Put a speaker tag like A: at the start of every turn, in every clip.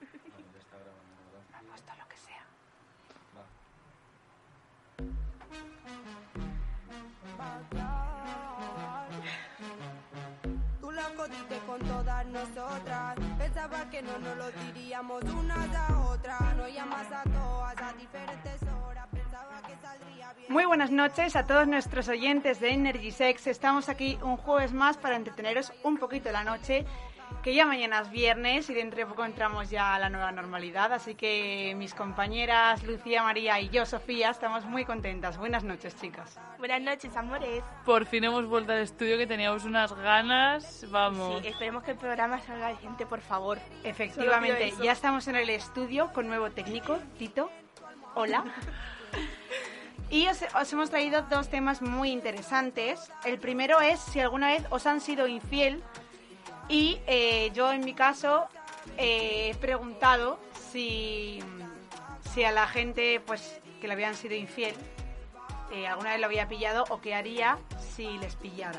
A: Me ha puesto lo que sea.
B: Tú la jodiste con todas nosotras. Pensaba que no nos lo diríamos unas a otras. No llamas a todas a diferentes horas. Pensaba que saldría bien.
A: Muy buenas noches a todos nuestros oyentes de Energy Sex. Estamos aquí un jueves más para entreteneros un poquito la noche. Que ya mañana es viernes y dentro de poco entramos ya a la nueva normalidad. Así que mis compañeras Lucía, María y yo, Sofía, estamos muy contentas. Buenas noches, chicas.
B: Buenas noches, amores.
C: Por fin hemos vuelto al estudio que teníamos unas ganas. Vamos.
B: esperemos que el programa salga gente, por favor.
A: Efectivamente,
B: Solo pido eso.
A: ya estamos en el estudio con nuevo técnico, Tito. Hola. Y os, os hemos traído dos temas muy interesantes. El primero es si alguna vez os han sido infiel. Y eh, yo en mi caso eh, he preguntado si, si a la gente pues que le habían sido infiel eh, alguna vez lo había pillado o qué haría si les pillara.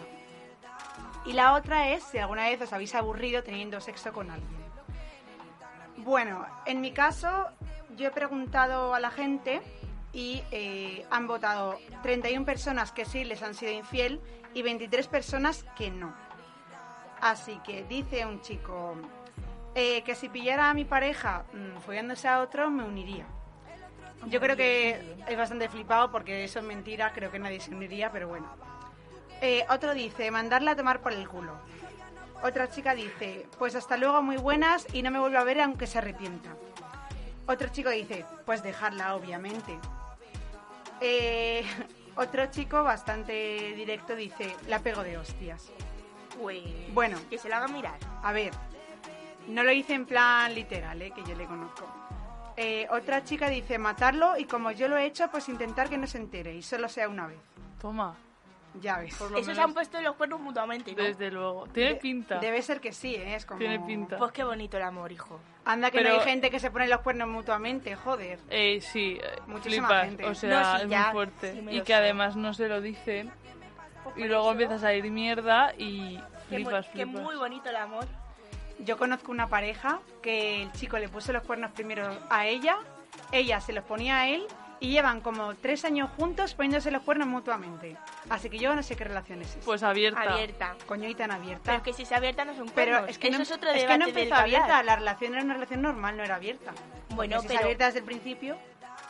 A: Y la otra es si alguna vez os habéis aburrido teniendo sexo con alguien. Bueno, en mi caso, yo he preguntado a la gente y eh, han votado 31 personas que sí les han sido infiel y 23 personas que no. Así que dice un chico eh, que si pillara a mi pareja mm, follándose a otro, me uniría. Yo creo que es bastante flipado porque eso es mentira, creo que nadie se uniría, pero bueno. Eh, otro dice, mandarla a tomar por el culo. Otra chica dice, pues hasta luego, muy buenas, y no me vuelvo a ver aunque se arrepienta. Otro chico dice, pues dejarla, obviamente. Eh, otro chico bastante directo dice, la pego de hostias.
B: Pues,
A: Bueno.
B: que se la haga mirar.
A: A ver, no lo hice en plan literal, eh, que yo le conozco. Eh, otra chica dice, matarlo, y como yo lo he hecho, pues intentar que no se entere, y solo sea una vez.
C: Toma,
A: Ya ves.
C: por lo
D: Eso se han
C: menos,
D: puesto los cuernos mutuamente, ¿no?
C: desde luego. Tiene
A: De-
C: pinta.
A: Debe ser que sí, ¿eh? es como...
C: Tiene pinta.
D: Pues qué bonito el amor, hijo.
A: Anda que no
C: Pero-
A: hay gente que se pone los cuernos mutuamente, joder.
C: Eh, sí, eh,
A: Muchísima
C: flipas,
A: gente.
C: o sea,
D: No, sí,
C: es
D: ya,
C: muy fuerte.
D: sí me
C: y
D: lo sé.
C: que además no se lo dicen. Y luego empiezas a ir mierda y
D: Pues Qué, mo-
C: flipas,
D: qué
C: flipas.
D: muy bonito el amor.
A: Yo conozco una pareja que el chico le puso los cuernos primero a ella, ella se los ponía a él y llevan como tres años juntos poniéndose los cuernos mutuamente. Así que yo no sé qué relación es esa.
C: Pues abierta.
D: Abierta.
A: Coño y tan
D: Pero
A: abierta.
D: es que si es abierta no son cuernos.
A: Pero es que
D: Eso
A: no,
D: es otro
A: es
D: debate
A: que no
D: del
A: empezó
D: hablar.
A: abierta, la relación era una relación normal, no era abierta. Porque si
D: Bueno,
A: es
D: pero-
A: abierta desde el principio,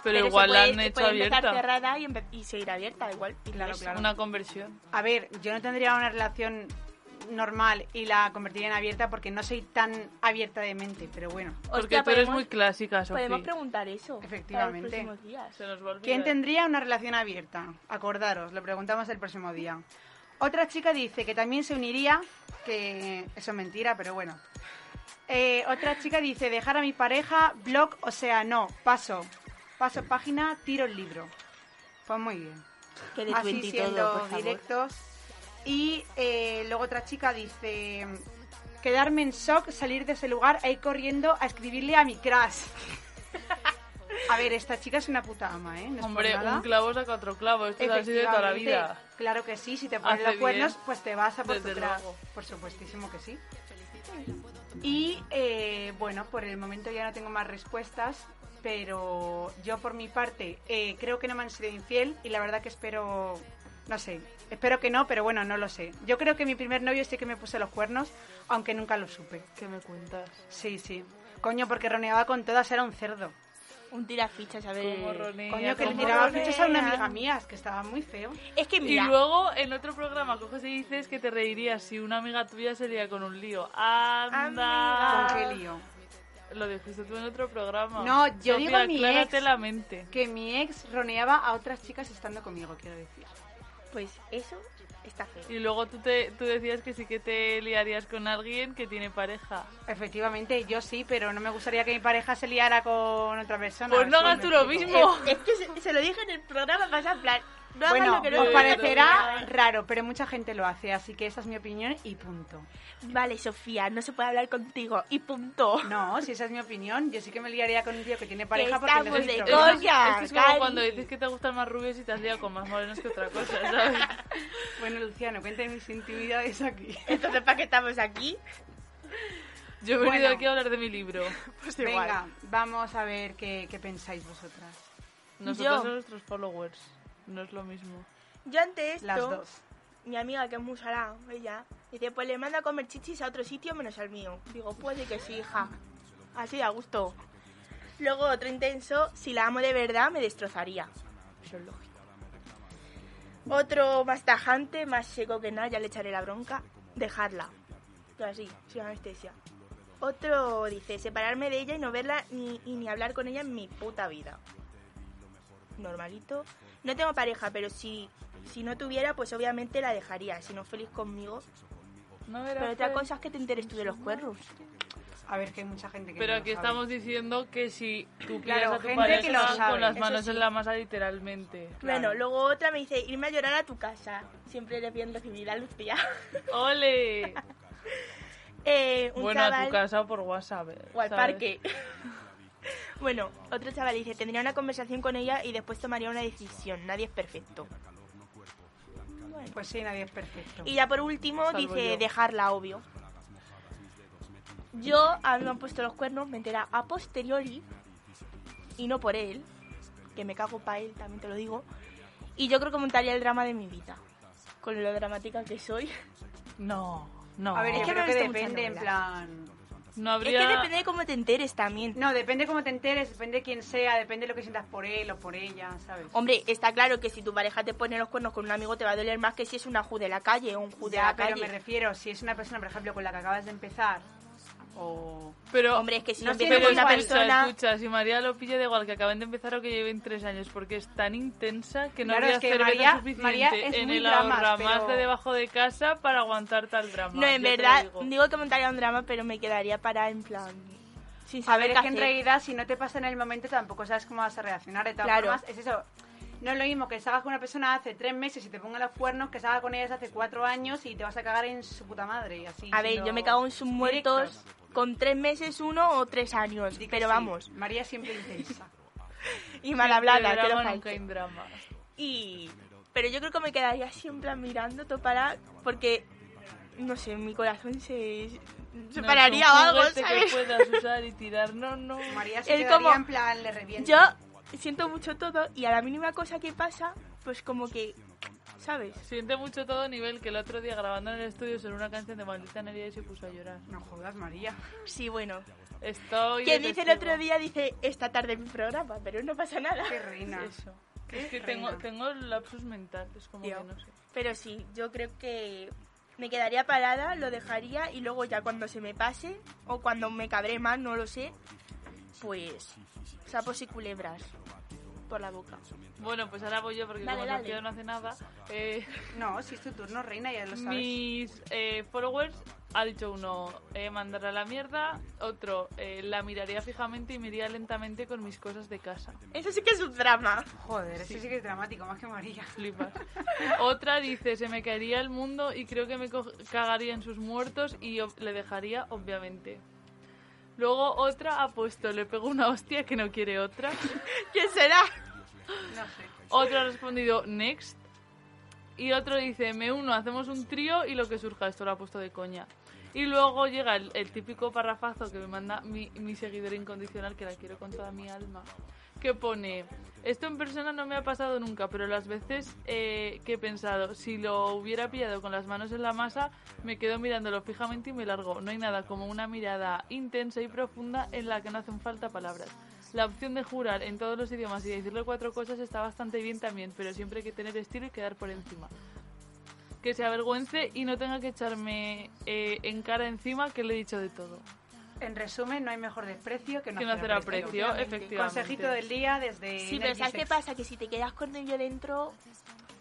C: Pero,
D: se
C: igual la
D: puede-
C: han hecho
D: puede empezar
C: abierta.
D: cerrada y, empe- y seguir abierta, igual. Y
A: Claro,
D: eso.
A: claro.
C: Una conversión.
A: a ver, yo no tendría una relación normal y la convertiría en abierta porque no soy tan abierta de mente, pero bueno.
C: Porque
D: Hostia,
C: tú eres
D: podemos-
C: muy clásica, Sofía.
D: Podemos preguntar eso. para los
A: Efectivamente.
D: próximos días.
C: Se nos va a olvidar.
A: ¿Quién tendría una relación abierta? Acordaros, lo preguntamos el próximo día. Otra chica dice que también se uniría, que eso es mentira, pero bueno. Eh, otra chica dice dejar a mi pareja, blog, o sea, no, paso, paso página, tiro el libro. Pues muy bien.
D: Que de
A: Así
D: 20
A: siendo
D: todo, por favor.
A: directos. Y eh, luego otra chica dice quedarme en shock, salir de ese lugar e ir corriendo a escribirle a mi crush. A ver, esta chica es una puta ama, ¿eh? No es por
C: Hombre,
A: nada.
C: un clavo saca otro clavo. Esto ha sido Pues de toda la
A: Efectivamente.
C: vida.
A: Claro que sí, si te pones
C: Hace
A: los cuernos,
C: bien.
A: pues te vas a por
C: Desde
A: tu crack.
C: luego.
A: Por supuestísimo que sí. Y eh, bueno, por el momento ya no tengo más respuestas, pero yo por mi parte eh, creo que no me han sido infiel y la verdad que espero, no sé, espero que no, pero bueno, no lo sé. Yo creo que mi primer novio sí que me puso los cuernos, aunque nunca lo supe.
C: ¿Qué me cuentas?
A: Sí, sí. Coño, porque roneaba con todas, era un cerdo.
D: Un tirafichas, a
C: Como
D: ver.
C: Ronea,
A: Coño, que le
C: como
A: tiraba
D: ronea.
A: fichas a una amiga mía, es que estaba muy feo.
D: Es que
C: Y
D: mira,
C: luego en otro programa coges y dices que te reirías si una amiga tuya se lía con un lío. Anda. Ah.
A: Con
D: Amiga.
A: qué lío.
C: Lo dijiste tú en otro programa.
A: No, yo digo a mi
C: aclárate
A: ex.
C: la mente.
A: Que mi ex roneaba a otras chicas estando conmigo, quiero decir.
D: Pues eso está feo.
C: Y luego tú, te, tú decías que sí que te liarías con alguien que tiene pareja.
A: Efectivamente, yo sí, pero no me gustaría que mi pareja se liara con otra persona.
C: Pues no
A: Sí,
C: hagas
A: me
C: tú lo
A: explico.
C: mismo.
D: Es, es que se, se lo dije en el programa pasado, en plan, no hagas
A: Bueno,
D: lo que no
A: os
D: te
A: parecerá
D: gusta.
A: raro, pero mucha gente lo hace, así que esa es mi opinión y punto.
D: Vale, Sofía, no se puede hablar contigo. Y punto.
A: No, si esa es mi opinión, yo sí que me liaría con un tío que tiene
D: Que
A: pareja porque le
D: estamos
A: doy
D: de
A: problemas.
D: coña,
C: Esto es como
D: Cari.
C: cuando dices que te gustan más rubios y te has liado con más morenos que otra cosa, ¿sabes?
A: Bueno, Luciano, cuéntame mis intimidades aquí.
D: Entonces, ¿para qué estamos aquí?
C: Yo he venido
A: Bueno.
C: aquí a hablar de mi libro.
D: Pues
A: Venga, vamos a ver qué, qué pensáis vosotras.
C: Nosotros
D: Yo.
C: somos nuestros followers. No es lo mismo.
D: Yo ante esto,
A: Las dos.
D: mi amiga que es musará, ella, dice, pues le manda a comer chichis a otro sitio menos al mío. Digo, puede que sí, hija. Así a gusto. Luego otro intenso, si la amo de verdad, me destrozaría. Eso es lógico. Otro más tajante, más seco que nada, ya le echaré la bronca. Dejarla. Yo así, sin anestesia. Otro dice, separarme de ella y no verla ni, y ni hablar con ella en mi puta vida. Normalito. No tengo pareja, pero si, si no tuviera, pues obviamente la dejaría. Si no feliz conmigo.
C: No
D: Pero otra cosa es que te enteres tú de los cuernos.
A: A ver, que hay mucha gente que
C: Pero
A: no lo
C: aquí
A: sabe.
C: estamos diciendo que si tú
A: Claro,
C: claro, a tu
A: gente
C: pareja
A: que lo sabe,
C: con las
D: eso
C: manos
D: sí.
C: en la masa literalmente.
D: Bueno, luego otra me dice, irme a llorar a tu casa. Siempre eres bien recibida, Lucía.
C: ¡Ole!
D: Eh, un
C: bueno, a
D: chaval-
C: tu casa o por WhatsApp. eh,
D: O al
C: ¿sabes?
D: parque. bueno, otro chaval dice, tendría una conversación con ella y después tomaría una decisión. Nadie es perfecto. Bueno.
A: Pues sí, nadie es perfecto.
D: Y ya por último
C: Salvo
D: dice
C: yo.
D: dejarla, obvio. Yo, a mí me han puesto los cuernos, me entera a posteriori, y no por él, que me cago pa' él, también te lo digo. Y yo creo que montaría el drama de mi vida, con lo dramática que soy.
C: No, no.
A: A ver,
D: Es
A: yo
D: que
A: creo
D: me
A: que
D: gusta mucho
A: depende, en
D: novelas.
A: plan...
C: no
D: Es que
C: habría...
D: depende de cómo te enteres también.
A: No, depende cómo te enteres, depende de quién sea, depende de lo que sientas por él o por ella, ¿sabes?
D: Hombre, está claro que si tu pareja te pone los cuernos con un amigo te va a doler más que si es una ju de la calle o un ju de
A: Ya,
D: la
A: pero
D: calle.
A: me refiero, si es una persona, por ejemplo, con la que acabas de empezar, o...
C: Pero,
D: Hombre, es que si
A: No
D: no,
A: tiene
D: empiezas con una
A: igual,
C: escucha,
D: persona...
C: escucha, si María lo pilla de igual que acaben de empezar o que lleven tres años, porque es tan intensa que no
A: Claro,
C: habría
A: es que
C: cerveza
A: María-
C: suficiente
A: María es
C: en
A: muy
C: el
A: dramas,
C: ahorramás
A: pero-
C: de debajo de casa para aguantar tal drama.
D: No, en
C: ya te lo
D: verdad,
C: digo.
D: digo. que montaría un drama, pero me quedaría para en plan... Sin
A: A
D: saber
A: ver,
D: qué
A: es que en
D: hacer.
A: realidad, si no te pasa en el momento, tampoco sabes cómo vas a reaccionar. De todas
D: Claro.
A: formas, es eso. No es lo mismo que salgas con una persona hace tres meses y te pongan los cuernos, que salgas con ellas hace cuatro años y te vas a cagar en su puta madre. y así,
D: A ver,
A: siendo
D: yo me cago en sus muertos
A: directos.
D: con tres meses uno o tres años,
A: Di que
D: pero
A: sí,
D: vamos,
A: María siempre intensa.
D: y mal
C: Siempre
D: hablada, que lo
C: drama, nunca
D: falte.
C: hay drama.
D: Y... Pero yo creo que me quedaría siempre mirando, topará, porque, no sé, mi corazón se, se
C: No
D: pararía
C: es
D: o
C: un
D: algo,
C: juguete
D: ¿sabes?
C: que puedas usar y tirar, no, no.
A: María se
D: Él
A: quedaría
D: como-
A: en plan, le reviento.
D: Yo siento mucho todo y a la mínima cosa que pasa, pues como que, ¿sabes?
C: Siente mucho todo nivel que el otro día grabando en el estudio sobre una canción de Maldita Nerea y se puso a llorar.
A: No jodas, María.
D: Sí, bueno.
C: Estoy
D: Quien
C: de
D: dice el
C: testigo.
D: otro día dice esta tarde mi programa, pero no pasa nada.
A: Qué reina.
C: Eso. Es que tengo,
A: reina.
C: tengo lapsus mental, es como
D: Tío.
C: que no sé.
D: Pero sí, yo creo que me quedaría parada, lo dejaría y luego ya cuando se me pase o cuando me cabré más, no lo sé, pues sapos y culebras por la boca.
C: Bueno, pues ahora voy yo porque
D: Dale,
C: como
D: dale.
C: Sofía no hace nada. Eh,
A: No, si es tu turno, reina, ya lo sabes.
C: mis eh, followers ha dicho uno eh, mandarla a la mierda, otro eh, la miraría fijamente y me iría lentamente con mis cosas de casa.
D: Eso sí que es un drama.
A: Joder, eso sí que es dramático, más que María.
C: Flipas. Otra dice, se me caería el mundo y creo que me co- cagaría en sus muertos y ob- le dejaría, obviamente. Luego otra ha puesto, le pego una hostia que no quiere otra.
D: ¿Quién será?
A: No sé.
C: Otro ha respondido, next. Y otro dice, me uno, hacemos un trío y lo que surja. Esto lo ha puesto de coña. Y luego llega el, el típico parrafazo que me manda mi, mi seguidor incondicional, que la quiero con toda mi alma, que pone, esto en persona no me ha pasado nunca, pero las veces eh, que he pensado, si lo hubiera pillado con las manos en la masa, me quedo mirándolo fijamente y me largo. No hay nada como una mirada intensa y profunda en la que no hacen falta palabras. La opción de jurar en todos los idiomas y decirle cuatro cosas está bastante bien también, pero siempre hay que tener estilo y quedar por encima. Que se avergüence y no tenga que echarme eh, en cara encima que le he dicho de todo.
A: En resumen, no hay mejor desprecio que no,
C: que no hacer aprecio,
D: obviamente.
C: efectivamente.
A: Consejito del día desde.
D: Sí, pero
A: Energisex.
D: ¿sabes qué pasa? Que si te quedas con ello dentro,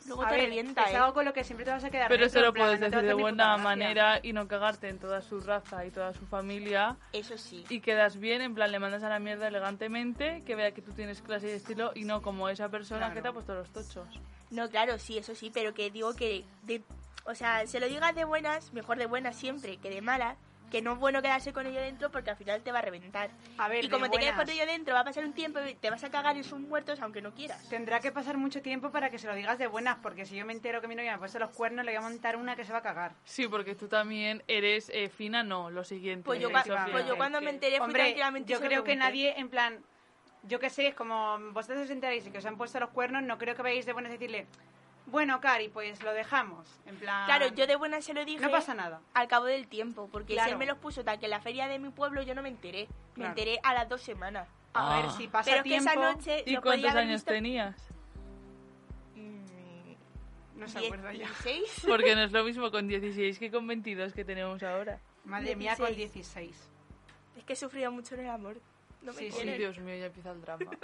D: Luego
A: a
D: te
A: ver,
D: revienta,
A: es
D: ¿eh?
A: algo con lo que siempre te vas a quedar.
C: Pero
A: dentro,
C: se lo
A: en plan,
C: puedes
A: no te va a
C: decir de
A: hacer ninguna
C: buena
A: gracia.
C: manera y no cagarte en toda su raza y toda su familia.
D: Eso sí.
C: Y quedas bien, en plan, le mandas a la mierda elegantemente, que vea que tú tienes clase y estilo y no como esa persona que te ha puesto los tochos.
D: No, claro, sí, eso sí, pero que digo que... de- o sea, se lo digas de buenas, mejor de buenas siempre que de malas, que no es bueno quedarse con ello dentro porque al final te va a reventar.
A: A ver,
D: y como
A: de
D: te quedas
A: buenas.
D: con ello dentro, va a pasar un tiempo y te vas a cagar en sus muertos aunque no quieras.
A: Tendrá que pasar mucho tiempo para que se lo digas de buenas, porque si yo me entero que mi novia me ha puesto los cuernos, le voy a montar una que se va a cagar.
C: Sí, porque tú también eres eh, fina, no, lo siguiente.
D: Pues yo,
A: Sí,
D: cua-
C: Sofía.
D: pues yo cuando me enteré fui
A: Hombre,
D: tranquilamente y
A: yo
D: se lo
A: creo que
D: pregunté.
A: nadie, en plan, yo qué sé, es como vosotros os enteráis y que os han puesto los cuernos, no creo que veáis de buenas decirle, bueno, Cari, pues lo dejamos. En plan,
D: Claro, yo de buenas se lo dije...
A: no pasa nada.
D: Al cabo del tiempo, porque si
A: Claro.
D: él me los puso tal que en la feria de mi pueblo yo no me enteré. Me
A: Claro.
D: enteré a las dos semanas.
A: A
C: Ah.
A: ver, si pasa
D: Pero es que
A: tiempo,
D: esa noche
C: ¿Y
D: los podía
C: cuántos
D: haber
C: años
D: visto-
C: tenías?
D: Mm,
A: no se acuerda ya.
D: 16.
C: Porque no es lo mismo con 16 que con 22 que tenemos ahora.
A: Madre mía, con
D: 16.
A: 16.
D: Es que he sufrido mucho en el amor. No me
A: Sí, sí.
C: Sí,
D: quieren.
C: Dios mío, ya empieza el drama.
D: Pues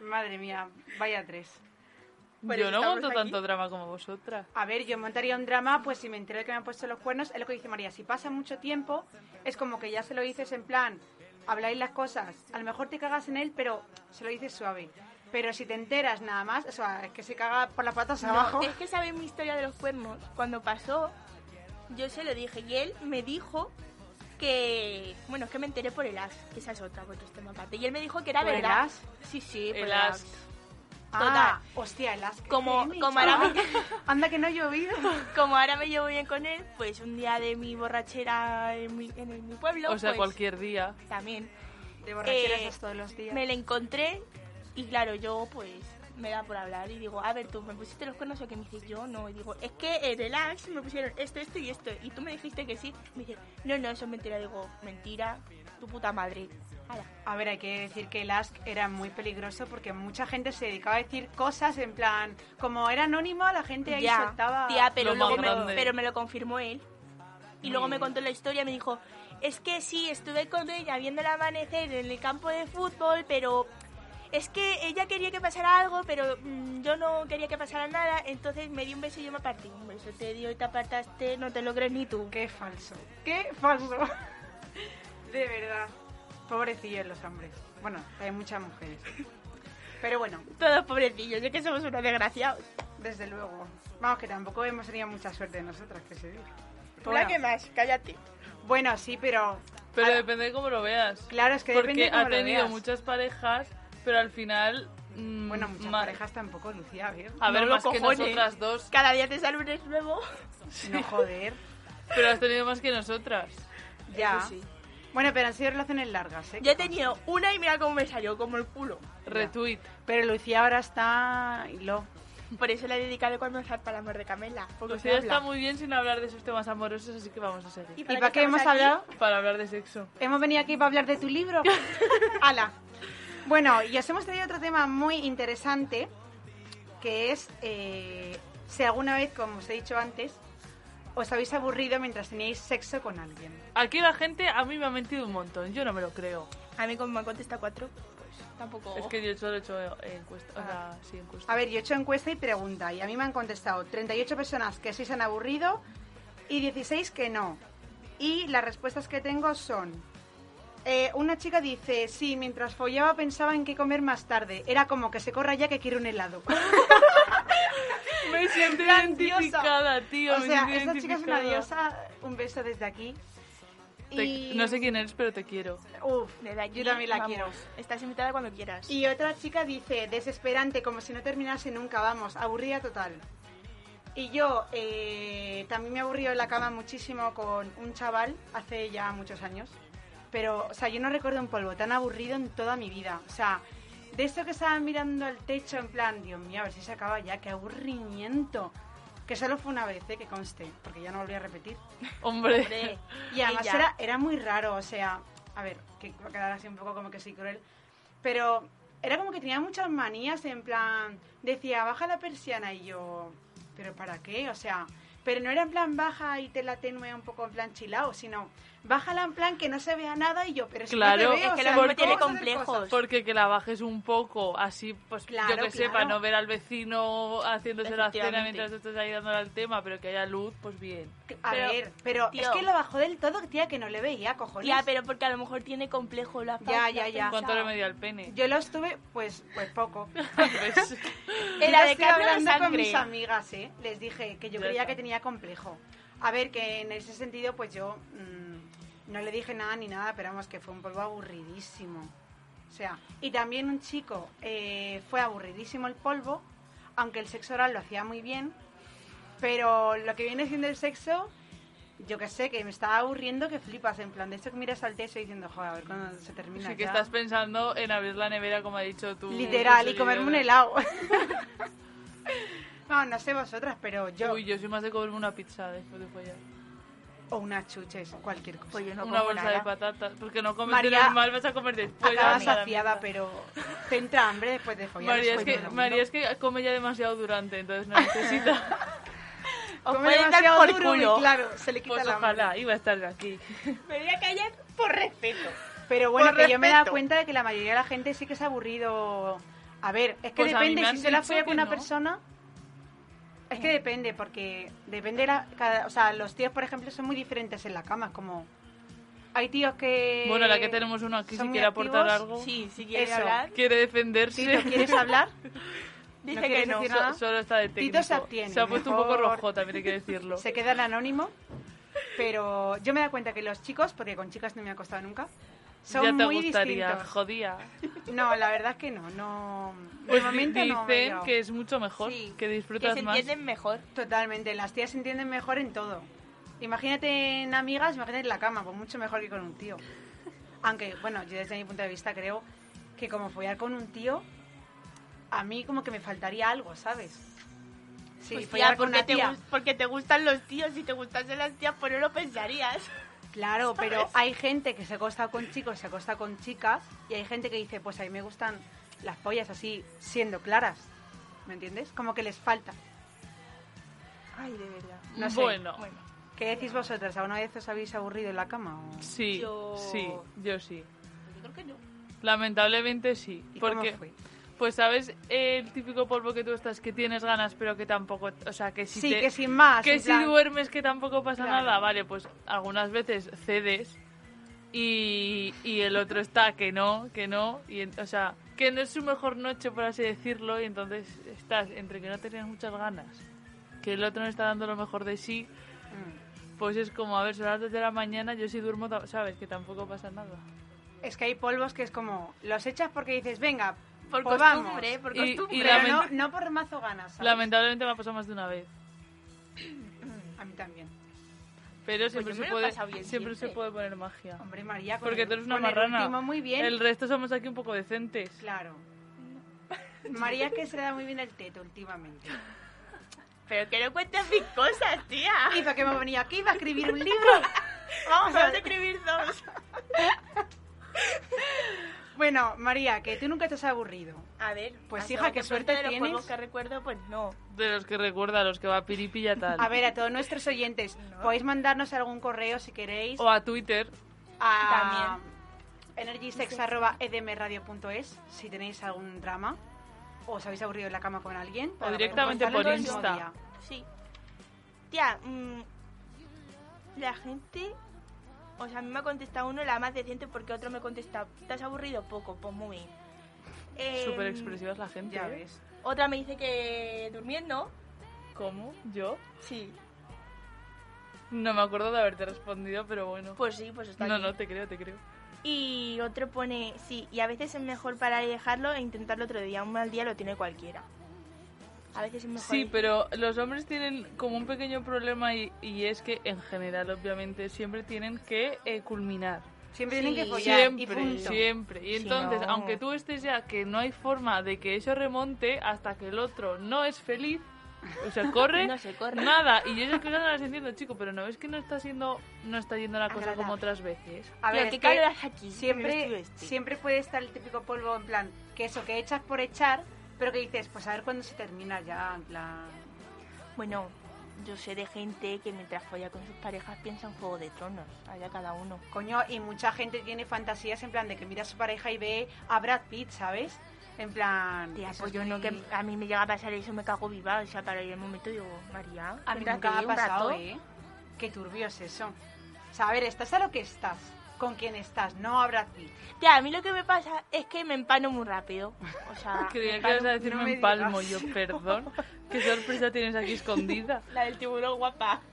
A: Madre mía, vaya tres.
D: Por
C: yo
D: eso
C: no
D: estamos
C: monto
D: aquí.
C: tanto drama como vosotras.
A: A ver, yo montaría un drama, pues si me entero de que me han puesto los cuernos, es lo que dice María, si pasa mucho tiempo, es como que ya se lo dices en plan, habláis las cosas, a lo mejor te cagas en él, pero se lo dices suave. Pero si te enteras nada más, o sea, es que se caga por las patas
D: No, eh,
A: abajo.
D: es que sabéis mi historia de los cuernos. Cuando pasó, yo se lo dije y él me dijo que. Bueno, es que me enteré por el as, que esa es otra, porque este aparte. Y él me dijo que era
A: ¿Por el
D: verdad.
A: as?
D: Sí, sí, por
C: El
D: el
C: as.
D: as.
A: Ah, hostia, el as que
D: Como-
A: tiene,
D: como
A: chaval.
D: ahora-
A: Anda que no ha llovido.
D: Como ahora me llevo bien con él, pues un día de mi borrachera en mi, en el- mi pueblo.
C: O sea,
D: pues,
C: cualquier día.
D: También.
A: De borracheras
D: Eh,
A: hasta todos los días.
D: Me la encontré y claro, yo pues me da por hablar y digo, a ver, tú me pusiste los cuernos o que me dices yo no. Y digo, es que en el Axe me pusieron esto, esto y esto. Y tú me dijiste que sí. Me dice, no, no, eso es mentira. Digo, mentira, tu puta madre. Ala.
A: A ver, hay que decir que el Ask era muy peligroso porque mucha gente se dedicaba a decir cosas en plan, como era anónimo, la gente ahí
D: Ya,
A: soltaba.
D: tía, pero,
C: Lo más
D: luego me,
C: grande.
D: pero me lo confirmó él. Y
A: Muy
D: luego me
A: bien.
D: contó la historia y me dijo, es que sí, estuve con ella viendo el amanecer en el campo de fútbol, pero es que ella quería que pasara algo, pero mm, yo no quería que pasara nada, entonces me dio un beso y yo me aparté. Un beso te dio y te apartaste, no te lo crees ni tú.
A: Qué falso. Qué falso. De verdad. Pobrecillos los hombres. Bueno, hay muchas mujeres. Pero bueno,
D: Todos pobrecillos, es que somos unos desgraciados.
A: desde luego. Vamos, que tampoco hemos tenido mucha suerte nosotras, que se diga.
D: Tú
A: Bueno,
D: la que más, cállate.
A: bueno, sí, pero...
C: Pero
A: Ah,
C: depende de cómo lo veas.
A: Claro, es que
C: Porque
A: depende de
C: ha
A: cómo lo
C: tenido
A: veas.
C: muchas parejas, pero al final. mm,
A: Bueno, muchas
C: ma-
A: parejas tampoco, Lucía, a ver.
C: A ver,
D: No lo
C: más que
D: cojones.
C: nosotras dos.
D: Cada día te sale un ex nuevo.
A: No joder.
C: Pero has tenido más que nosotras.
A: Ya.
D: Eso sí.
A: Bueno, pero han sido relaciones largas, ¿eh?
D: Yo he tenido una y mira cómo me salió, como el culo.
C: Retweet.
A: Pero Lucía ahora está... Lo...
D: Por eso le he dedicado cuando sal para amor de Camela.
A: Pues
D: Porque
C: Lucía
D: se habla.
C: está muy bien sin hablar de esos temas amorosos, así que vamos a seguir.
A: ¿Y para qué hemos
D: estamos aquí?
A: hablado?
C: Para hablar de sexo.
A: Hemos venido aquí para hablar de tu libro. Ala. Bueno, y os hemos traído otro tema muy interesante, que es eh, si alguna vez, como os he dicho antes, os habéis aburrido mientras teníais sexo con alguien.
C: Aquí la gente a mí me ha mentido un montón. Yo no me lo creo.
D: A mí como me han contestado cuatro, pues tampoco...
C: Es que yo solo he hecho eh, encuesta. O sea, sí, encuesta.
A: Oh. Ah. A ver, yo he hecho encuesta y pregunta, y a mí me han contestado 38 personas que sí se han aburrido y 16 que no. Y las respuestas que tengo son... eh, una chica dice, sí, mientras follaba pensaba en qué comer más tarde. Era como que se corra ya que quiero un helado.
C: Me siento
A: plan diosa.
C: identificada, tío.
A: O
C: me
A: sea,
C: siento
A: esta chica es una
C: identificada.
A: diosa. Un beso desde aquí.
C: Te-
A: Y...
C: No sé quién eres, pero te quiero.
A: Uf,
D: Desde aquí,
A: yo también la
D: vamos,
A: quiero.
D: Estás invitada cuando quieras.
A: Y otra chica dice, desesperante, como si no terminase nunca, vamos, aburrida total. Y yo eh, también me aburrió en la cama muchísimo con un chaval hace ya muchos años. Pero, o sea, yo no recuerdo un polvo tan aburrido en toda mi vida. O sea, de esto que estaban mirando al techo en plan, Dios mío, a ver si se acaba ya, qué aburrimiento. Que solo fue una vez, eh, que conste, porque ya no volví a repetir.
C: Hombre.
D: Hombre,
A: Y además
D: ella.
A: era, era muy raro, o sea, a ver, que va a quedar así un poco como que sí cruel, pero era como que tenía muchas manías, en plan, decía, baja la persiana y yo, ¿pero para qué? O sea, pero no era en plan baja y te la tenue un poco en plan chilao, sino bájala en plan que no se vea nada y yo, pero si
C: Claro,
A: no te
C: es
A: veo, o
C: que
A: sea,
C: la
A: ¿cómo
C: gente tiene
A: vas a hacer
D: complejos.
A: cosas?
C: Porque que la bajes un poco, así, pues
A: Claro,
C: yo que
A: claro.
C: sepa, no ver al vecino haciéndose la cena
D: Efectivamente.
C: mientras estés ahí dándole al tema, pero que haya luz, pues bien.
A: A
D: Pero,
A: ver, pero es
D: tío.
A: que la bajó del todo, tía, que no le veía, cojones.
D: Ya, pero porque a lo mejor tiene complejo la
A: Ya, ya, ya.
C: ¿Cuánto le medía el pene?
A: Yo lo estuve, pues, pues poco.
C: Pues,
A: Y
D: La
A: lo
D: de
A: estuve
D: Carlos
A: hablando con
D: Sangre.
A: mis amigas, ¿eh? Les dije que yo
C: Ya
A: creía
C: está.
A: que tenía complejo. A ver, que en ese sentido, pues yo mm, no le dije nada ni nada, pero vamos, que fue un polvo aburridísimo. O sea, y también un chico, eh, fue aburridísimo el polvo, aunque el sexo oral lo hacía muy bien, pero lo que viene siendo el sexo, yo que sé, que me estaba aburriendo que flipas, en plan, de hecho que miras al techo diciendo, joder, a ver cuándo se termina
C: sí que
A: ya".
C: estás pensando en abrir la nevera, como ha dicho tú.
A: Literal, y comerme un helado. no, no sé vosotras, pero yo.
C: Uy, yo soy más de comerme una pizza después de follar.
A: O unas chuches, cualquier cosa.
D: Pues yo no
C: una
D: como
C: bolsa
D: nada.
C: de patatas. Porque no comes de
A: María,
C: normal, vas a comer después.
D: Pues
A: Acabas
C: amiga.
A: saciada, pero te entra hambre después de follar.
C: María es,
A: después
C: que,
A: de un mundo.
C: María es que come ya demasiado durante, entonces no necesita.
D: Os
A: Come
D: pueden dar
A: demasiado
D: por
A: duro y,
D: culo.
A: claro, se le quita
C: Pues
A: la
C: ojalá, iba a estar aquí.
D: Me voy a callar por respeto.
A: Pero bueno,
D: Por
A: que yo me he dado
D: respeto.
A: cuenta de que la mayoría de la gente sí que es aburrido. A ver, es que
C: Pues a mí
A: depende,
C: me han
A: si se la
C: dicho
A: folla
C: que
A: con una
C: no.
A: persona. Es
D: Eh.
A: que depende, porque depende. La, cada- o sea, los tíos, por ejemplo, son muy diferentes en la cama. es Como. Hay tíos que.
C: Bueno, la que tenemos uno aquí,
A: Eh, son
C: si
A: muy
C: quiere aportar
A: activos.
C: algo.
D: Sí, si quieres
A: Eso.
D: hablar,
C: Quiere defenderse.
A: Tito, ¿quieres hablar?
D: dice
A: ¿No
D: que
A: quieres
D: no.
A: decir
C: So-
A: nada?
C: Solo está de técnico.
A: Tito se abstiene,
C: ha puesto un poco
A: mejor.
C: rojo, también hay que decirlo.
A: Se queda en anónimo. Pero yo me da cuenta que los chicos, porque con chicas no me ha costado nunca, son
C: ya te
A: muy
C: gustaría,
A: distintos.
C: jodía.
A: No, la verdad es que no, no. De
C: Pues di-
A: momento
C: dicen
A: no. me ha llegado.
C: que es mucho mejor,
D: Sí,
C: que
D: que
C: disfrutas
D: se
C: más.
D: entienden mejor.
A: Totalmente, las tías se entienden mejor en todo. Imagínate en amigas, imagínate en la cama, pues mucho mejor que con un tío. Aunque, bueno, yo desde mi punto de vista creo que como follar con un tío, a mí como que me faltaría algo, ¿sabes? Sí,
D: Pues
A: follar
D: tía,
A: con
D: porque
A: una
D: te,
A: tía.
D: gus- porque te gustan los tíos, si te gustasen las tías, pues no lo pensarías.
A: Claro, pero hay gente que se acosta con chicos, se acosta con chicas, y hay gente que dice, pues a mí me gustan las pollas así, siendo claras. ¿Me entiendes? Como que les falta.
D: Ay, de verdad.
A: No sé.
C: Bueno,
D: Bueno,
A: ¿Qué decís vosotras? ¿Alguna vez os habéis aburrido en la cama? o?
C: sí,
D: Yo-
C: sí, yo sí.
D: yo creo que no.
C: Lamentablemente sí.
A: ¿Y cómo
C: Porque,
A: fue?
C: pues, ¿sabes el típico polvo que tú estás que tienes ganas, pero que tampoco. O sea, que si
A: sí,
C: te-
A: que sin más.
C: que
A: en
C: si
A: plan,
C: duermes que tampoco pasa
A: Claro.
C: nada, vale, pues algunas veces cedes y, y el otro está que no, que no, y en- o sea, que no es su mejor noche, por así decirlo, y entonces estás entre que no tenías muchas ganas, que el otro no está dando lo mejor de sí,
A: mm.
C: pues es como, a ver, son las 2 de la mañana, yo sí duermo, ta- sabes, que tampoco pasa nada.
A: Es que hay polvos que es como, los echas porque dices, venga,
D: Por
A: pues
D: costumbre,
A: vamos.
D: por
C: Y- y
D: costumbre.
A: Pero no,
C: lamen-
A: no por mazo ganas. ¿sabes?
C: Lamentablemente me ha pasado más de una vez,
A: A mí también.
C: pero
A: Pues
D: yo
C: siempre,
D: me
C: se,
D: lo he
C: puede,
D: pasado bien
C: siempre se
D: siempre.
C: puede poner magia.
A: Hombre, María, con
C: Porque
A: el-
C: tú eres una
A: con el
C: marrana.
A: último muy bien.
C: El resto somos aquí un poco decentes.
A: Claro. María que se le da muy bien el teto últimamente.
D: Pero que no cuentes mis cosas, tía.
C: Ah.
A: Iba que me venía aquí, iba a escribir un libro.
D: Vamos a escribir dos.
A: Bueno, María, que tú nunca te has aburrido.
D: A ver.
A: Pues,
D: hasta
A: hija,
D: donde
A: qué
D: pronto
A: suerte
D: de los
A: tienes.
D: juegos que recuerdo, pues no.
C: De los que recuerda, los que va piripi y a tal.
A: A ver, a todos nuestros oyentes, podéis mandarnos algún correo si queréis
C: O a Twitter.
A: a e energysex.edmradio.es si tenéis algún drama o os habéis aburrido en la cama con alguien. para poder
C: directamente
A: contarlo
D: por
A: el mismo
C: Insta.
A: día.
D: Sí. Tía, mm, la gente. O sea, a mí me ha contestado uno la más decente porque otro me contesta. ¿Estás aburrido? Poco, pues muy bien. Em,
C: Súper expresivas la gente.
A: Ya
C: ¿eh?
A: ves.
D: Otra me dice que durmiendo.
C: ¿Cómo? ¿Yo?
D: Sí.
C: No me acuerdo de haberte respondido, pero bueno.
D: Pues sí, pues está
C: no,
D: aquí.
C: no, te creo, te creo.
D: Y otro pone, sí, y a veces es mejor parar y dejarlo e intentarlo otro día. Un mal día lo tiene cualquiera. A veces es mejor.
C: Sí,
D: ir.
C: pero los hombres tienen como un pequeño problema y, y es que en general, obviamente, siempre tienen que eh, culminar.
A: Siempre tienen
D: Sí.
A: que follar y
C: Siempre,
A: punto.
C: siempre.
D: Sí,
C: Y entonces,
D: no.
C: aunque tú estés ya que no hay forma de que eso remonte hasta que el otro no es feliz, o sea, corre,
D: No se corre.
C: nada. Y yo esas cosas no las entiendo, chico, pero no es que no está siendo, no está yendo la cosa
A: Agradable.
C: como otras veces.
A: A ver,
D: Tía,
A: es
D: ¿qué
A: que
D: calor hace aquí? En el
A: siempre,
D: estudio este.
A: siempre puede estar el típico polvo en plan, que eso, que echas por echar, pero que dices, pues a ver cuándo se termina ya, en plan...
D: Bueno, Yo sé de gente que mientras folla con sus parejas piensa en Juego de Tronos, allá cada uno.
A: Coño, y mucha gente tiene fantasías en plan de que mira a su pareja y ve a Brad Pitt, ¿sabes? En plan...
D: Tía,
A: eso
D: pues
A: es
D: yo no,
A: muy-
D: que a mí me llega a pasar eso, me cago viva. O sea, para el momento digo, María,
A: A mí
D: espérate
A: nunca me ha
D: un
A: pasado,
D: rato.
A: ¿eh? Qué turbio es eso. O sea, a ver, estás a lo que estás, con quién estás, no a Brad Pitt.
D: Tía, a mí lo que me pasa es que me empano muy rápido. O sea,
C: Creía
D: me
C: que ibas
D: empano-
C: a decirme
A: no me
C: en palmo, yo,
A: digas.
C: perdón. Qué sorpresa tienes aquí escondida.
D: la del tiburón guapa.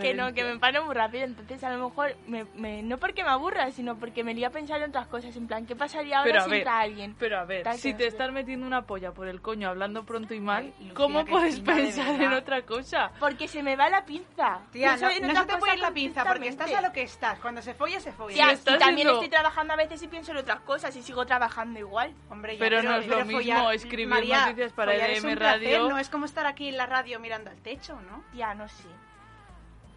D: Que no, que me empano muy rápido, entonces a lo mejor, me, me- no porque me aburra, sino porque me lía a pensar en otras cosas, en plan, ¿qué pasaría ahora
C: Pero a
D: si
C: ver,
D: entra alguien?
C: Pero a ver,
D: Tal
C: si
D: que-
C: te estás metiendo una polla por el coño hablando pronto y mal,
A: Ay, Lucía,
C: ¿cómo
A: qué
C: puedes
A: fina, de
C: pensar en
A: verdad.
C: otra cosa?
D: Porque se me va la pinza.
A: Tía,
D: Pienso
A: no,
D: en
A: no
D: otras
A: se te
D: cosas
A: puede ir la pinza porque
D: perfectamente.
A: estás a lo que estás. Cuando se folla, se folla.
D: Tía,
C: Sí,
D: y
C: estás
D: también
C: siendo-
D: estoy trabajando a veces y pienso en otras cosas y sigo trabajando igual.
A: Hombre, ya,
C: Pero no es lo mismo
A: follar-
C: escribir
A: María,
C: noticias para
A: follar es
C: EDM
A: un placer,
C: Radio.
A: No es como estar aquí en la radio mirando al techo, ¿no?
D: Tía, no sé.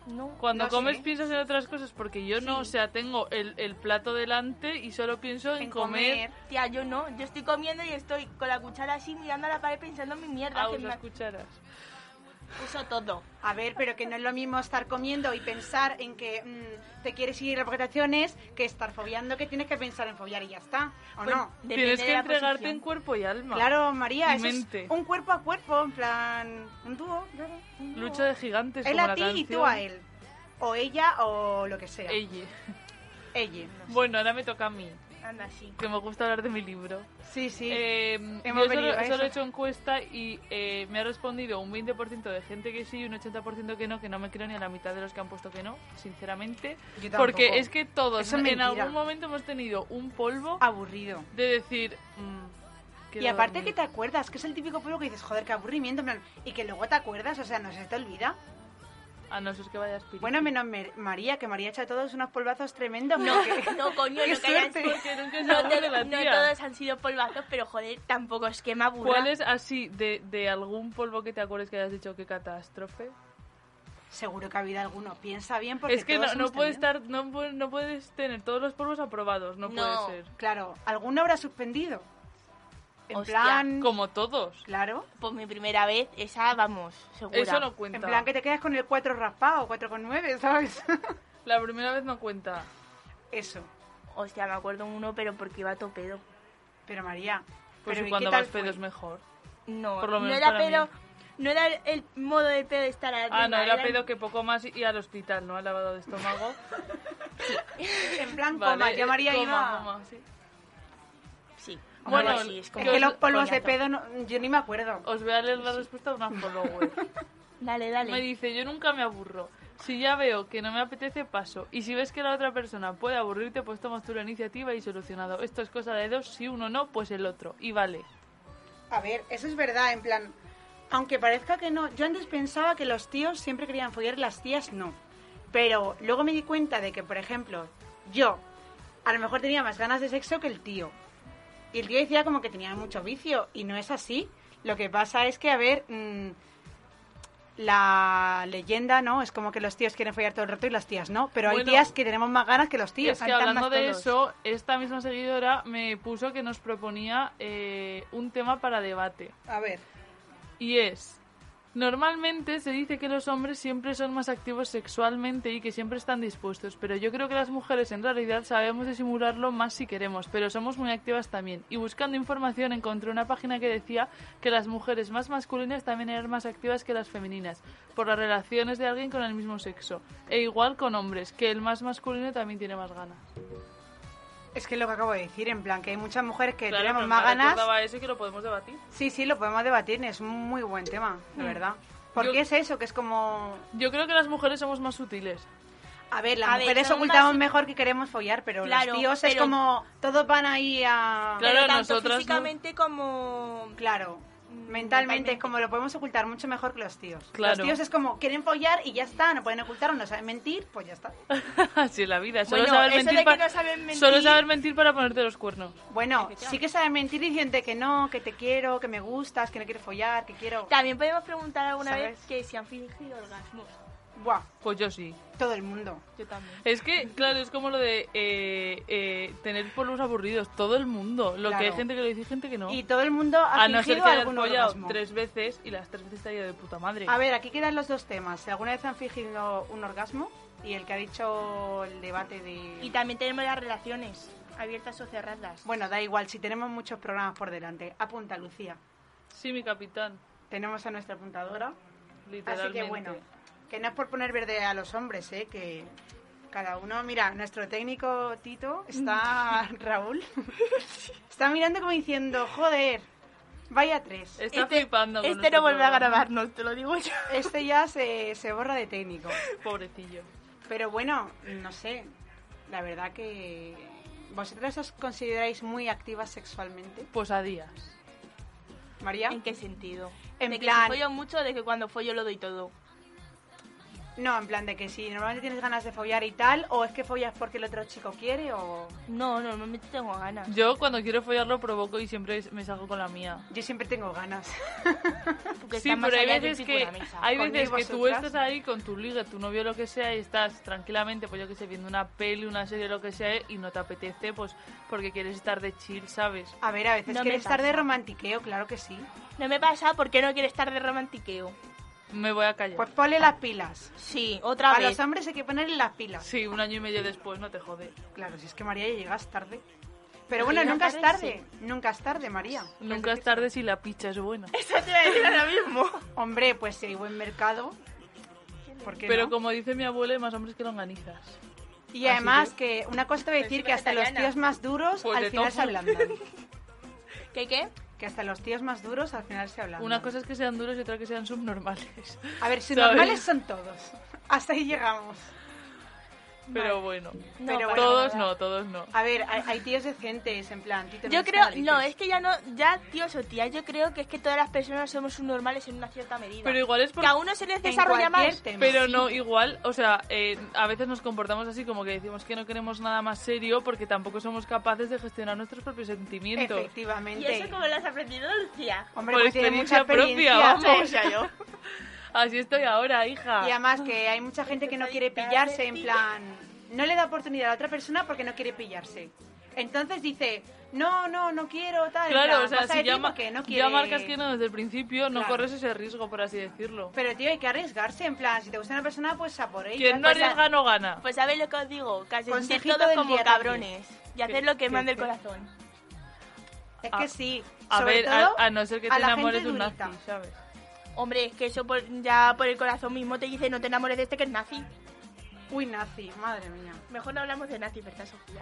D: No.
C: Cuando
A: No
C: comes
A: sé.
C: piensas en otras cosas porque yo no, o sea, tengo el, el plato delante y solo pienso en, comer,
D: Tía, yo no. Yo estoy comiendo y estoy con la cuchara así mirando a la pared pensando en mi mierda.
C: a
D: que me
C: unas cucharas.
D: puso todo.
A: A ver, pero que no es lo mismo estar comiendo y pensar en que mm, te quieres ir de vacaciones que estar follando, que tienes que pensar en follar y ya está. ¿O
D: Pues,
A: no?
D: depende
C: Tienes
D: de
C: que
D: la
C: entregarte
D: posición.
C: en cuerpo y alma.
A: Claro, María,
C: y
A: eso es
C: mente.
A: un cuerpo a cuerpo, en plan, un dúo, claro. un dúo.
C: Lucha de gigantes
A: Él
C: como
A: a
C: la
A: ti y
C: canción.
A: tú a él. O ella o lo que sea.
C: Ella.
A: Ella.
C: Bueno, ahora me toca a mí,
D: Anda, sí.
C: que me gusta hablar de mi libro.
A: Sí, sí.
C: Eh,
A: Hemos
C: yo solo,
A: venido a
C: solo
A: eso.
C: he hecho encuesta y eh, me ha respondido un 20% de gente que sí y un 80% que no, que no me creo ni a la mitad de los que han puesto que no, sinceramente.
A: Yo tampoco.
C: Porque es que todos
A: Eso es
C: en
A: mentira. Ah.
C: algún momento hemos tenido un polvo
A: Aburrido.
C: de decir... mm,
A: Y
C: quiero
A: aparte que
C: dormir.
A: te acuerdas, que es el típico pueblo que dices, joder, qué aburrimiento, en plan, y que luego te acuerdas, o sea, no se te olvida.
C: A no ser que vayas piriti.
A: Bueno, menos Mer- María, que María echa a todos unos polvazos tremendos.
D: No,
A: porque-
D: no, coño,
A: Qué
D: no que hayan-
A: suerte.
C: Porque nunca se
D: No,
C: aburre
D: te-
C: la
D: no
C: tía.
D: todos han sido polvazos, pero joder, tampoco es que me aburra.
C: ¿Cuál es así de, de algún polvo que te acuerdes que hayas dicho que catástrofe?
A: Seguro que ha habido alguno. Piensa bien porque
C: es que
A: todos
C: no, no
A: hemos
C: puedes
A: tenido.
C: estar, no, pu- no puedes tener todos los polvos aprobados, no,
D: No.
C: puede ser.
A: Claro, alguno habrá suspendido. En
D: Hostia,
A: plan...
C: Como todos.
A: Claro.
D: Pues mi primera vez, esa, vamos, segura.
C: Eso no cuenta.
A: En plan que te quedas con el 4 raspado, 4,9, ¿sabes?
C: La primera vez no cuenta.
A: Eso.
D: Hostia, me acuerdo uno, pero porque iba a topedo.
A: Pero María,
C: Pues
A: pero
C: si
A: ¿y
C: cuando
A: qué tal
C: vas pedos
A: fue?
C: mejor.
D: No,
C: Por lo menos
D: no era
C: para
D: pedo,
C: mí.
D: no era el, el modo del pedo de estar a
C: Ah, no, era pedo que poco más y y al hospital, ¿no? Al lavado de estómago.
A: En plan
C: Vale,
A: coma, yo María
C: coma,
A: iba...
C: coma, sí.
D: Sí,
C: Bueno,
D: bueno, así, es
C: es
D: como...
A: Es que los polvos de
D: coñazo.
A: pedo no- yo ni me acuerdo.
C: Os voy a leer la respuesta de una follower.
D: Dale, dale.
C: Me dice, yo nunca me aburro. Si ya veo que no me apetece, paso. Y si ves que la otra persona puede aburrirte, pues tomas tú la iniciativa y solucionado. Esto es cosa de dos, si uno no, pues el otro. Y vale.
A: A ver, eso es verdad, en plan, aunque parezca que no, yo antes pensaba que los tíos siempre querían follar, las tías no. Pero luego me di cuenta de que, por ejemplo, yo a lo mejor tenía más ganas de sexo que el tío. Y el tío decía como que tenía mucho vicio, y no es así. Lo que pasa es que, a ver, mm, la leyenda, ¿no? Es como que los tíos quieren follar todo el rato y las tías no. Pero hay
C: Bueno.
A: tías que tenemos más ganas que los
C: Y
A: tíos.
C: es que
A: faltan
C: hablando
A: más
C: de
A: todos.
C: eso, esta misma seguidora me puso que nos proponía eh, un tema para debate.
A: A ver,
C: Y es, normalmente se dice que los hombres siempre son más activos sexualmente y que siempre están dispuestos, pero yo creo que las mujeres en realidad sabemos disimularlo más si queremos, pero somos muy activas también. Y buscando información encontré una página que decía que las mujeres más masculinas también eran más activas que las femeninas, por las relaciones de alguien con el mismo sexo, e igual con hombres, que el más masculino también tiene más ganas.
A: es que es lo que acabo de decir, en plan, que hay muchas mujeres que
C: Claro,
A: tenemos
C: pero
A: más
C: me
A: ganas.
C: recordaba eso y que lo podemos debatir.
A: Sí, sí, lo podemos debatir, es un muy buen tema, de verdad. Porque
C: Mm. Yo-
A: es eso, que es como...
C: Yo creo que las mujeres somos más sutiles.
A: A ver, las
D: A ver,
A: mujeres
D: son
A: ocultamos
D: más-
A: mejor que queremos follar, pero
D: Claro,
A: los tíos es
D: pero-
A: como... Todos van ahí a...
C: Claro,
D: pero tanto
C: nosotras no.
D: físicamente como...
A: Claro, Mentalmente,
D: mentalmente.
A: es como lo podemos ocultar mucho mejor que los tíos.
C: Claro.
A: Los tíos es como quieren follar y ya está, no pueden ocultarlo, no saben mentir, pues ya está.
C: Así es Ah, la vida. Solo
D: Bueno,
C: saber
D: eso de
C: mentir
D: que
C: pa-
D: no saben mentir-
C: Solo saber mentir para ponerte los cuernos.
A: Bueno, sí que saben mentir diciendo que no, que te quiero, que me gustas, que no quiero follar, que quiero...
D: También podemos preguntar alguna
A: ¿Sabes?
D: vez que si han fingido orgasmos.
A: Buah,
C: Pues yo sí.
A: todo el mundo.
D: Yo también.
C: Es que, claro, es como lo de eh, eh, tener polvos aburridos. Todo el mundo. Lo
A: Claro.
C: que hay gente que lo dice y gente que no.
A: Y todo el mundo ha
C: a no ser
A: fingido
C: que hayas
A: algún
C: follado
A: orgasmo.
C: tres veces y las tres veces te ha ido de puta madre.
A: A ver, aquí quedan los dos temas. Si alguna vez han fingido un orgasmo y el que ha dicho el debate de...
D: Y también tenemos las relaciones, abiertas o cerradas.
A: Bueno, da igual, si tenemos muchos programas por delante. Apunta, Lucía.
C: Sí, mi capitán.
A: Tenemos a nuestra apuntadora. Así
C: Literalmente.
A: que bueno, que no es por poner verde a los hombres, ¿eh? Que cada uno, mira, nuestro técnico Tito está, Raúl, está mirando como diciendo, joder, vaya tres.
C: Está
D: Este-
C: flipando. con
D: Este
C: nuestro
D: no vuelve a
C: programa.
D: grabarnos, te lo digo yo.
A: Este ya se, se borra de técnico.
C: Pobrecillo.
A: Pero bueno, no sé, la verdad que vosotras os consideráis muy activas sexualmente,
C: Pues a días.
A: María.
D: ¿En qué sentido?
A: En
D: de
A: plan-
D: que si follo mucho, de que cuando follo lo doy todo.
A: No, en plan de que si normalmente tienes ganas de follar y tal, o es que follas porque el otro chico quiere, o...
D: No, normalmente tengo ganas.
C: Yo cuando quiero follar lo provoco y siempre es- me salgo con la mía.
A: Yo siempre tengo ganas.
D: Porque
C: sí,
D: está más
C: pero hay
D: allá de un
C: veces
D: pico y
C: que
D: una mesa.
C: hay
A: Conmigo
C: veces que tú
A: vosotras.
C: estás ahí con tu liga, tu novio lo que sea y estás tranquilamente, pues yo que sé, viendo una peli, una serie, lo que sea y no te apetece, pues porque quieres estar de chill, ¿sabes?
A: A ver, a veces
D: No me
A: quieres estar de
D: pasa.
A: romantiqueo, claro que sí.
D: No me pasa porque no quiero estar de romantiqueo.
C: Me voy a callar.
A: Pues ponle las pilas.
D: Sí, otra
A: A
D: vez.
A: los hombres hay que ponerle las pilas.
C: Sí, un año y medio después, no te jode.
D: Pues
A: Claro, si es que María ya llegas tarde. Pero bueno,
D: Llegas
A: nunca es
D: tarde,
A: tarde. Nunca es tarde, María.
C: Nunca es tarde si la picha es buena.
D: Eso te iba a decir ahora mismo.
A: Hombre, pues si hay buen mercado. ¿por qué
C: Pero
A: no?
C: como dice mi abuela, hay más hombres que organizas.
A: Y además que una cosa te voy a decir
D: Encima
A: que hasta los
D: catalana.
A: tíos más duros
C: Pues
A: al
C: de
A: final
C: todo.
A: se ablandan.
D: ¿Qué qué?
A: Que hasta los tíos más duros al final se ablandan.
C: Una cosa es que sean duros y otra que sean subnormales.
A: A ver, si
C: ¿sabes?
A: normales son todos. Hasta ahí llegamos.
C: Pero bueno.
D: No,
A: Pero
D: para
A: bueno,
C: todos
D: nada.
C: no, todos no.
A: A ver, hay, hay tíos decentes, en plan, Tito,
D: Yo
A: no
D: creo,
A: escandalices.
D: no, es que ya no, ya tíos o tías, yo creo que es que todas las personas somos subnormales en una cierta medida.
C: Pero igual es
D: que
C: porque
D: a uno se les
A: En
D: desarrolla
A: cualquier
D: más.
A: tema.
C: Pero no, igual, o sea, eh, a veces nos comportamos así como que decimos que no queremos nada más serio porque tampoco somos capaces de gestionar nuestros propios sentimientos.
D: ¿Y
A: Efectivamente.
D: eso como lo has aprendido, Lucía?
A: Hombre,
C: Por
A: pues tiene mucha
C: experiencia propia,
A: experiencia.
C: vamos.
D: Ya yo.
C: Así estoy ahora, hija.
A: Y además que hay mucha gente que no quiere pillarse, en plan, no le da oportunidad a otra persona porque no quiere pillarse. Entonces dice, no, no, no quiero, tal. en
C: claro,
A: plan,
C: o sea,
A: pasa de
C: si
A: ti
C: ya, ma-
A: porque no
C: ya
A: quiere-
C: marcas que no desde el principio, no
A: Claro. Pues,
C: corres ese riesgo, por así decirlo.
A: Pero tío, hay que arriesgarse, en plan, si te gusta una persona, pues a por ella.
C: Quien no
A: Pues, a-
C: arriesga no gana.
D: Pues sabéis lo que os digo, casi sentir
A: Consejito
D: todos
A: del
D: como
A: día
D: cabrones. Y hacer lo que
A: que-
D: manda el
A: que-
D: corazón.
A: Es
C: a-
A: que sí.
C: A
A: Sobre
C: ver, a,
A: todo,
C: a no ser que te
A: a la
C: enamores de
A: gente
C: un nazi,
A: durita.
C: ¿sabes?
D: Hombre, es que eso por- ya por el corazón mismo te dice no te enamores de este que es nazi.
A: Uy, nazi, madre mía.
D: Mejor no hablamos de nazi, ¿verdad, Sofía?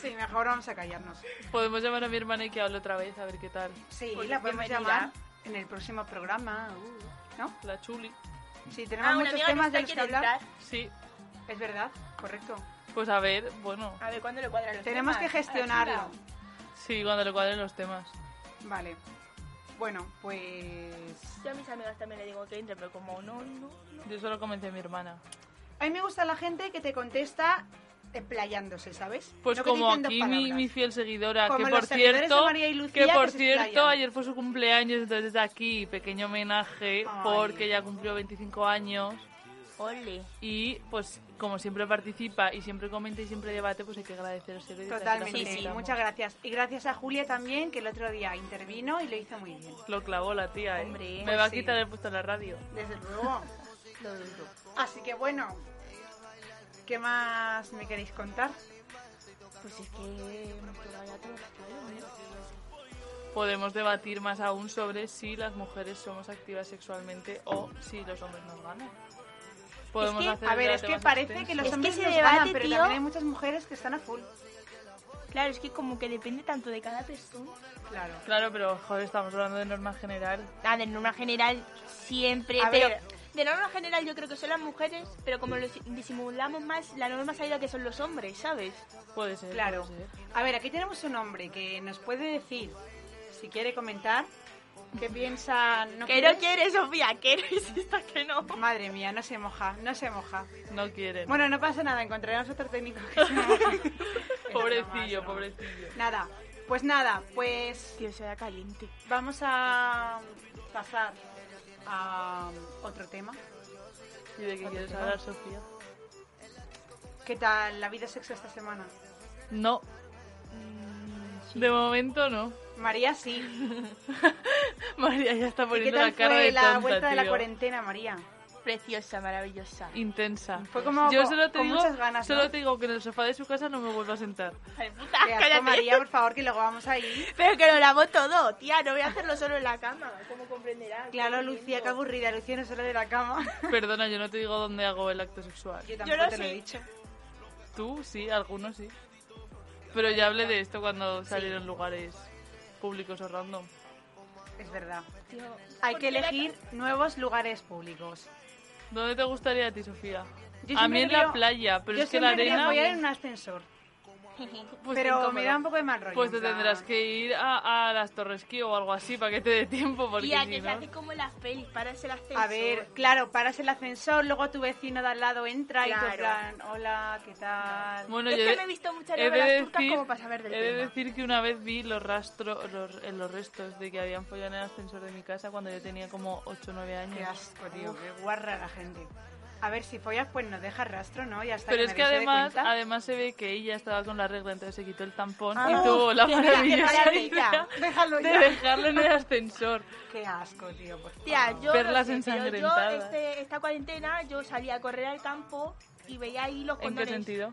A: Sí, mejor vamos a callarnos.
C: Podemos llamar a mi hermana y que hable otra vez, a ver qué tal.
A: Sí,
D: Pues
A: la podemos
D: bienvenida.
A: llamar en el próximo programa. uh, ¿No?
C: La chuli.
A: Sí, tenemos
D: Ah, una
A: muchos
D: amiga
A: temas
D: nuestra
A: de los que
D: quiere
A: hablar.
D: entrar.
C: Sí,
A: Es verdad, correcto.
C: pues a ver, bueno,
A: Ah.
D: A ver, ¿cuándo le cuadran los
A: Tenemos que
D: temas? Ah, A la
A: gestionarlo.
D: chula.
C: sí, cuando le cuadren los temas.
A: Vale. Bueno, pues...
D: Yo a mis amigas también le digo que entren, pero como no, no, no.
C: Yo solo comenté a mi hermana.
A: A mí me gusta la gente que te contesta eh, playándose, ¿sabes?
C: Pues
A: No que
C: como
A: dicen dos
C: aquí mi,
A: palabras.
C: mi fiel seguidora,
A: Como
C: que
A: los
C: por
A: seguidores de
C: cierto,
A: María y Lucía
C: que
A: que
C: por
A: se
C: cierto
A: explayan.
C: ayer fue su cumpleaños, entonces desde aquí pequeño homenaje
A: Ay.
C: porque ya cumplió 25 años
D: Ole.
C: y pues como siempre participa y siempre comenta y siempre debate, pues hay que agradecerse. desde aquí la
A: Totalmente,
D: Sí, sí,
C: felicitamos.
A: muchas gracias. Y gracias a Julia también, que el otro día intervino y lo hizo muy bien.
C: Lo clavó la tía, ¿eh?
D: Hombre,
C: me
D: pues
C: va a
A: sí.
C: quitar el puesto en la radio.
A: Desde luego. Así que bueno, ¿qué más me queréis contar?
D: Pues es que... que vaya todo claro,
C: Podemos debatir más aún sobre si las mujeres somos activas sexualmente o si los hombres nos ganan. Podemos
D: que,
C: hacer
A: A
C: el
A: ver, es
C: debate
A: que
C: más
A: parece
C: extenso.
A: que los
D: Es que
A: hombres
D: ese
A: nos
D: debate,
A: ganan, pero
D: tío-
A: también hay muchas mujeres que están a full.
D: ¿no? Claro, es que como que depende tanto de cada persona.
A: Claro.
C: Claro, pero joder, estamos hablando de norma general.
D: Ah, de norma general siempre,
A: A
D: pero
A: ver.
D: de norma general yo creo que son las mujeres, pero como lo disimulamos más, la norma salida que son los hombres, ¿sabes?
C: Puede ser.
A: Claro.
C: puede ser.
A: A ver, aquí tenemos un hombre que nos puede decir, si quiere comentar, qué piensa. ¿no
D: que no
A: quieres?
D: quiere, Sofía, que no insista que no.
A: Madre mía, no se moja, no se moja.
C: No quieren.
A: Bueno, no pasa nada, encontraremos otro técnico que se moje. Es broma, es
C: pobrecillo,
A: broma.
C: pobrecillo.
A: Nada, pues nada, pues
D: Tío, se da caliente.
A: vamos a pasar a otro tema.
C: ¿Y de qué quieres hablar, Sofía?
A: ¿Qué tal la vida sexo esta semana?
C: No. Mm, De momento no.
A: María sí.
C: María ya está
A: ¿Y qué
C: poniendo
A: tal
C: la cara
A: fue
C: de
A: la
C: tonta,
A: vuelta de la
C: tío.
A: cuarentena, María?
D: Preciosa, maravillosa.
C: Intensa.
A: Fue como
C: Yo
A: con-
C: solo te
A: con
C: digo,
A: muchas ganas,
C: solo
A: ¿no?
C: te digo que en el sofá de su casa no me vuelvo a sentar.
D: Hija de puta,
A: Qué asco,
D: cállate.
A: María, por favor, que luego vamos ahí.
D: Pero que lo grabó todo, tía, no voy a hacerlo solo en la cama, como comprenderás.
A: Claro,
D: Qué
A: Lucía,
D: lindo.
A: qué aburrida. Lucía no sale de la cama.
C: Perdona, yo no te digo dónde hago el acto sexual.
A: Yo
D: tampoco
A: tampoco
D: lo
A: te lo he
D: sé.
A: dicho.
C: Tú sí, algunos sí. Pero ya hablé de esto cuando salieron lugares públicos o random.
A: Es verdad.
D: Tío,
A: Hay
D: ¿por
A: que
D: qué la-
A: elegir nuevos lugares públicos.
C: ¿Dónde te gustaría a ti, Sofía?
A: Yo
C: a
A: siempre
C: mí en
A: creo-
C: la playa, pero
A: Yo
C: es que la
A: siempre quería
C: arena...
A: follar en un ascensor,
C: pues te
A: pero me
C: incomoda.
A: da un poco de mal rollo.
C: Pues
A: en
C: te
A: plan-
C: tendrás que ir a, a las Torres Kio o algo así para que te dé tiempo, porque
D: Tía,
C: si
D: que se
C: no-
D: hace como las pelis, para el ascensor.
A: A ver, claro, paras el ascensor, luego tu vecino de al lado entra y te
D: Claro.
A: plan, hola, ¿qué tal?
C: Bueno,
D: Es
C: yo
D: que
C: de-
D: me he visto muchas
C: he de
D: novelas turcas
C: decir-
D: como para saber del
C: he de
D: tema.
C: decir que una vez vi los rastros, los, en los restos de que habían follado en el ascensor de mi casa cuando yo tenía como 8 o 9 años.
A: Qué asco, tío, qué guarra la gente. A ver, si follas, pues nos deja rastro, ¿no? Y hasta
C: Pero
A: que
C: es que
A: nadie se dé
C: además,
A: cuenta.
C: además se ve que ella estaba con la regla, entonces se quitó el tampón
D: Ah,
C: y tuvo la
D: que mira, qué
C: maravillosa
D: maravilla.
C: idea
A: Déjalo
C: eh, de
A: ya.
C: dejarlo en el ascensor.
A: Qué asco, tío. Pues,
D: Tía, yo
C: Perlas
D: no sé, pero
C: ensangrentadas.
D: yo este- esta cuarentena yo salía a correr al campo y veía ahí los
C: ¿En qué
D: condones.
C: sentido?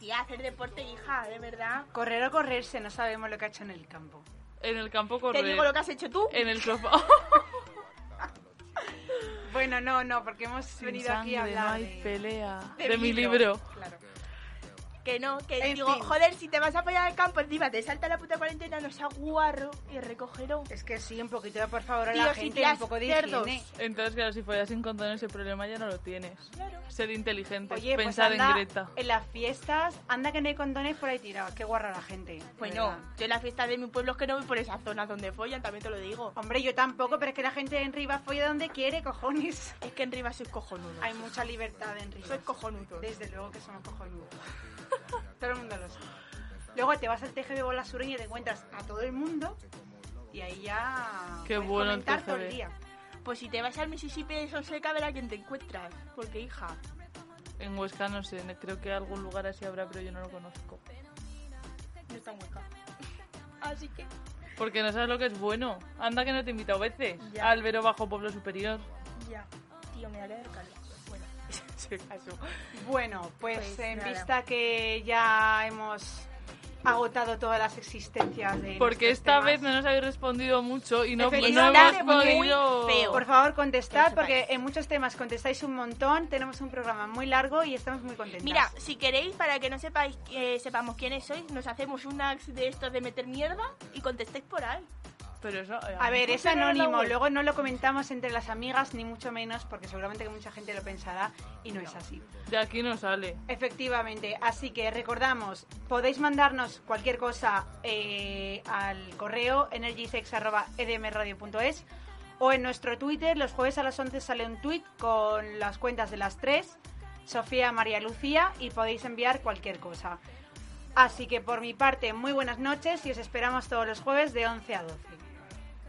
D: Tía, hacer deporte, hija, de verdad.
A: Correr o correrse, no sabemos lo que ha hecho en el campo.
C: En el campo
D: Te digo lo
C: correr,
D: que has hecho tú.
C: en el sofá.
A: Bueno, no, no, porque hemos
C: Sin
A: venido aquí a
C: sangre,
A: hablar
C: no hay
A: de-
C: pelea. De,
A: del
C: mi libro.
A: Claro.
D: Que no, que
A: En
D: digo,
A: fin.
D: joder, si te vas a apoyar al campo, encima te salta la puta cuarentena, no sea guarro y recogerón.
A: Es que sí, un poquito de por favor a la
D: Tíos y
A: gente,
D: tías
A: un poco de
D: cerdos.
A: higiene.
C: Entonces, claro, si follas sin condón ese problema ya no lo tienes. Ser inteligente,
A: Oye,
C: pensar
A: pues anda,
C: en Greta.
A: en las fiestas, anda que no hay condones por ahí tirados. Qué guarra la gente. de
D: Bueno,
A: verdad.
D: Pues yo en las fiestas de mi pueblo es que no voy por esas zonas donde follan, también te lo digo.
A: Hombre, yo tampoco, pero es que la gente en Rivas folla donde quiere, cojones.
D: Es que en Rivas sois cojonudos.
A: Hay mucha libertad en
D: sois
A: Rivas.
D: cojonudos.
A: Desde luego que somos cojonudos. todo el mundo lo sabe. Luego te vas al TGV Bola Sureña y te encuentras a todo el mundo. Y ahí ya.
C: Qué
A: puedes
C: bueno el
A: comentar todo el
C: TGV.
A: día.
D: Pues si te vas al Mississippi de Sonseca, verás quién te encuentras. Porque, hija,
C: En Huesca no sé, ne- creo que algún lugar así habrá, pero yo no lo conozco.
D: no está hueca. Así que,
C: Porque no sabes lo que es bueno. Anda que no te invito a veces.
D: Ya.
C: Albero bajo pueblo superior.
D: ya. Tío, me da de calor. Bueno,
C: Sí, caso.
A: Bueno, pues,
D: Pues
A: en
D: nada.
A: vista que ya hemos agotado todas las existencias de.
C: Porque
A: nuestros
C: esta
A: temas,
C: vez no nos habéis respondido mucho y no, no
A: Efectivamente,
C: hemos
A: porque-
C: podido...
D: Muy feo.
A: Por favor,
D: Que
A: contestad,
D: lo
A: porque
D: sepáis.
A: en muchos temas contestáis un montón. Tenemos un programa muy largo y estamos muy contentos.
D: Mira, si queréis, para que no sepáis, eh, sepamos quiénes sois, nos hacemos un axe de estos de meter mierda y contestéis por ahí.
C: Pero eso, eh,
A: A ver,
C: no
A: es
C: será la
A: anónimo,
C: web.
A: luego no lo comentamos entre las amigas, ni mucho menos, porque seguramente que mucha gente lo pensará y no es así.
C: De aquí no sale.
A: Efectivamente, así que recordamos, podéis mandarnos cualquier cosa eh, al correo e energysex.edmradio.es o en nuestro Twitter, los jueves a las 11 sale un tweet con las cuentas de las tres, Sofía, María, Lucía, y podéis enviar cualquier cosa. Así que por mi parte, muy buenas noches y os esperamos todos los jueves de 11 a 12.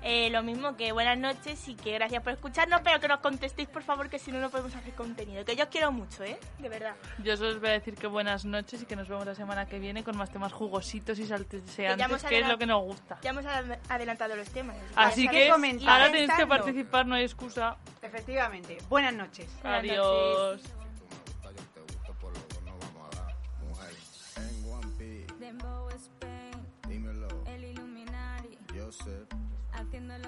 D: Eh, lo mismo que buenas noches y que gracias por escucharnos, pero que nos contestéis, por favor, que si no, no podemos hacer contenido. Que yo os quiero mucho, ¿eh? De verdad.
C: Yo solo os voy a decir que buenas noches y que nos vemos la semana que viene con más temas jugositos y
A: Pues
D: Que ya
C: salteantes,
D: hemos
C: que es
D: adelan-
C: lo que nos gusta.
D: Ya hemos ad- adelantado los temas.
C: Así
D: ya
C: que
D: sabéis,
A: comentar.
C: ahora
D: ir
C: tenéis que
D: pensando.
C: participar, no hay excusa.
A: Efectivamente, buenas noches.
D: Buenas
C: Adiós.
D: noches.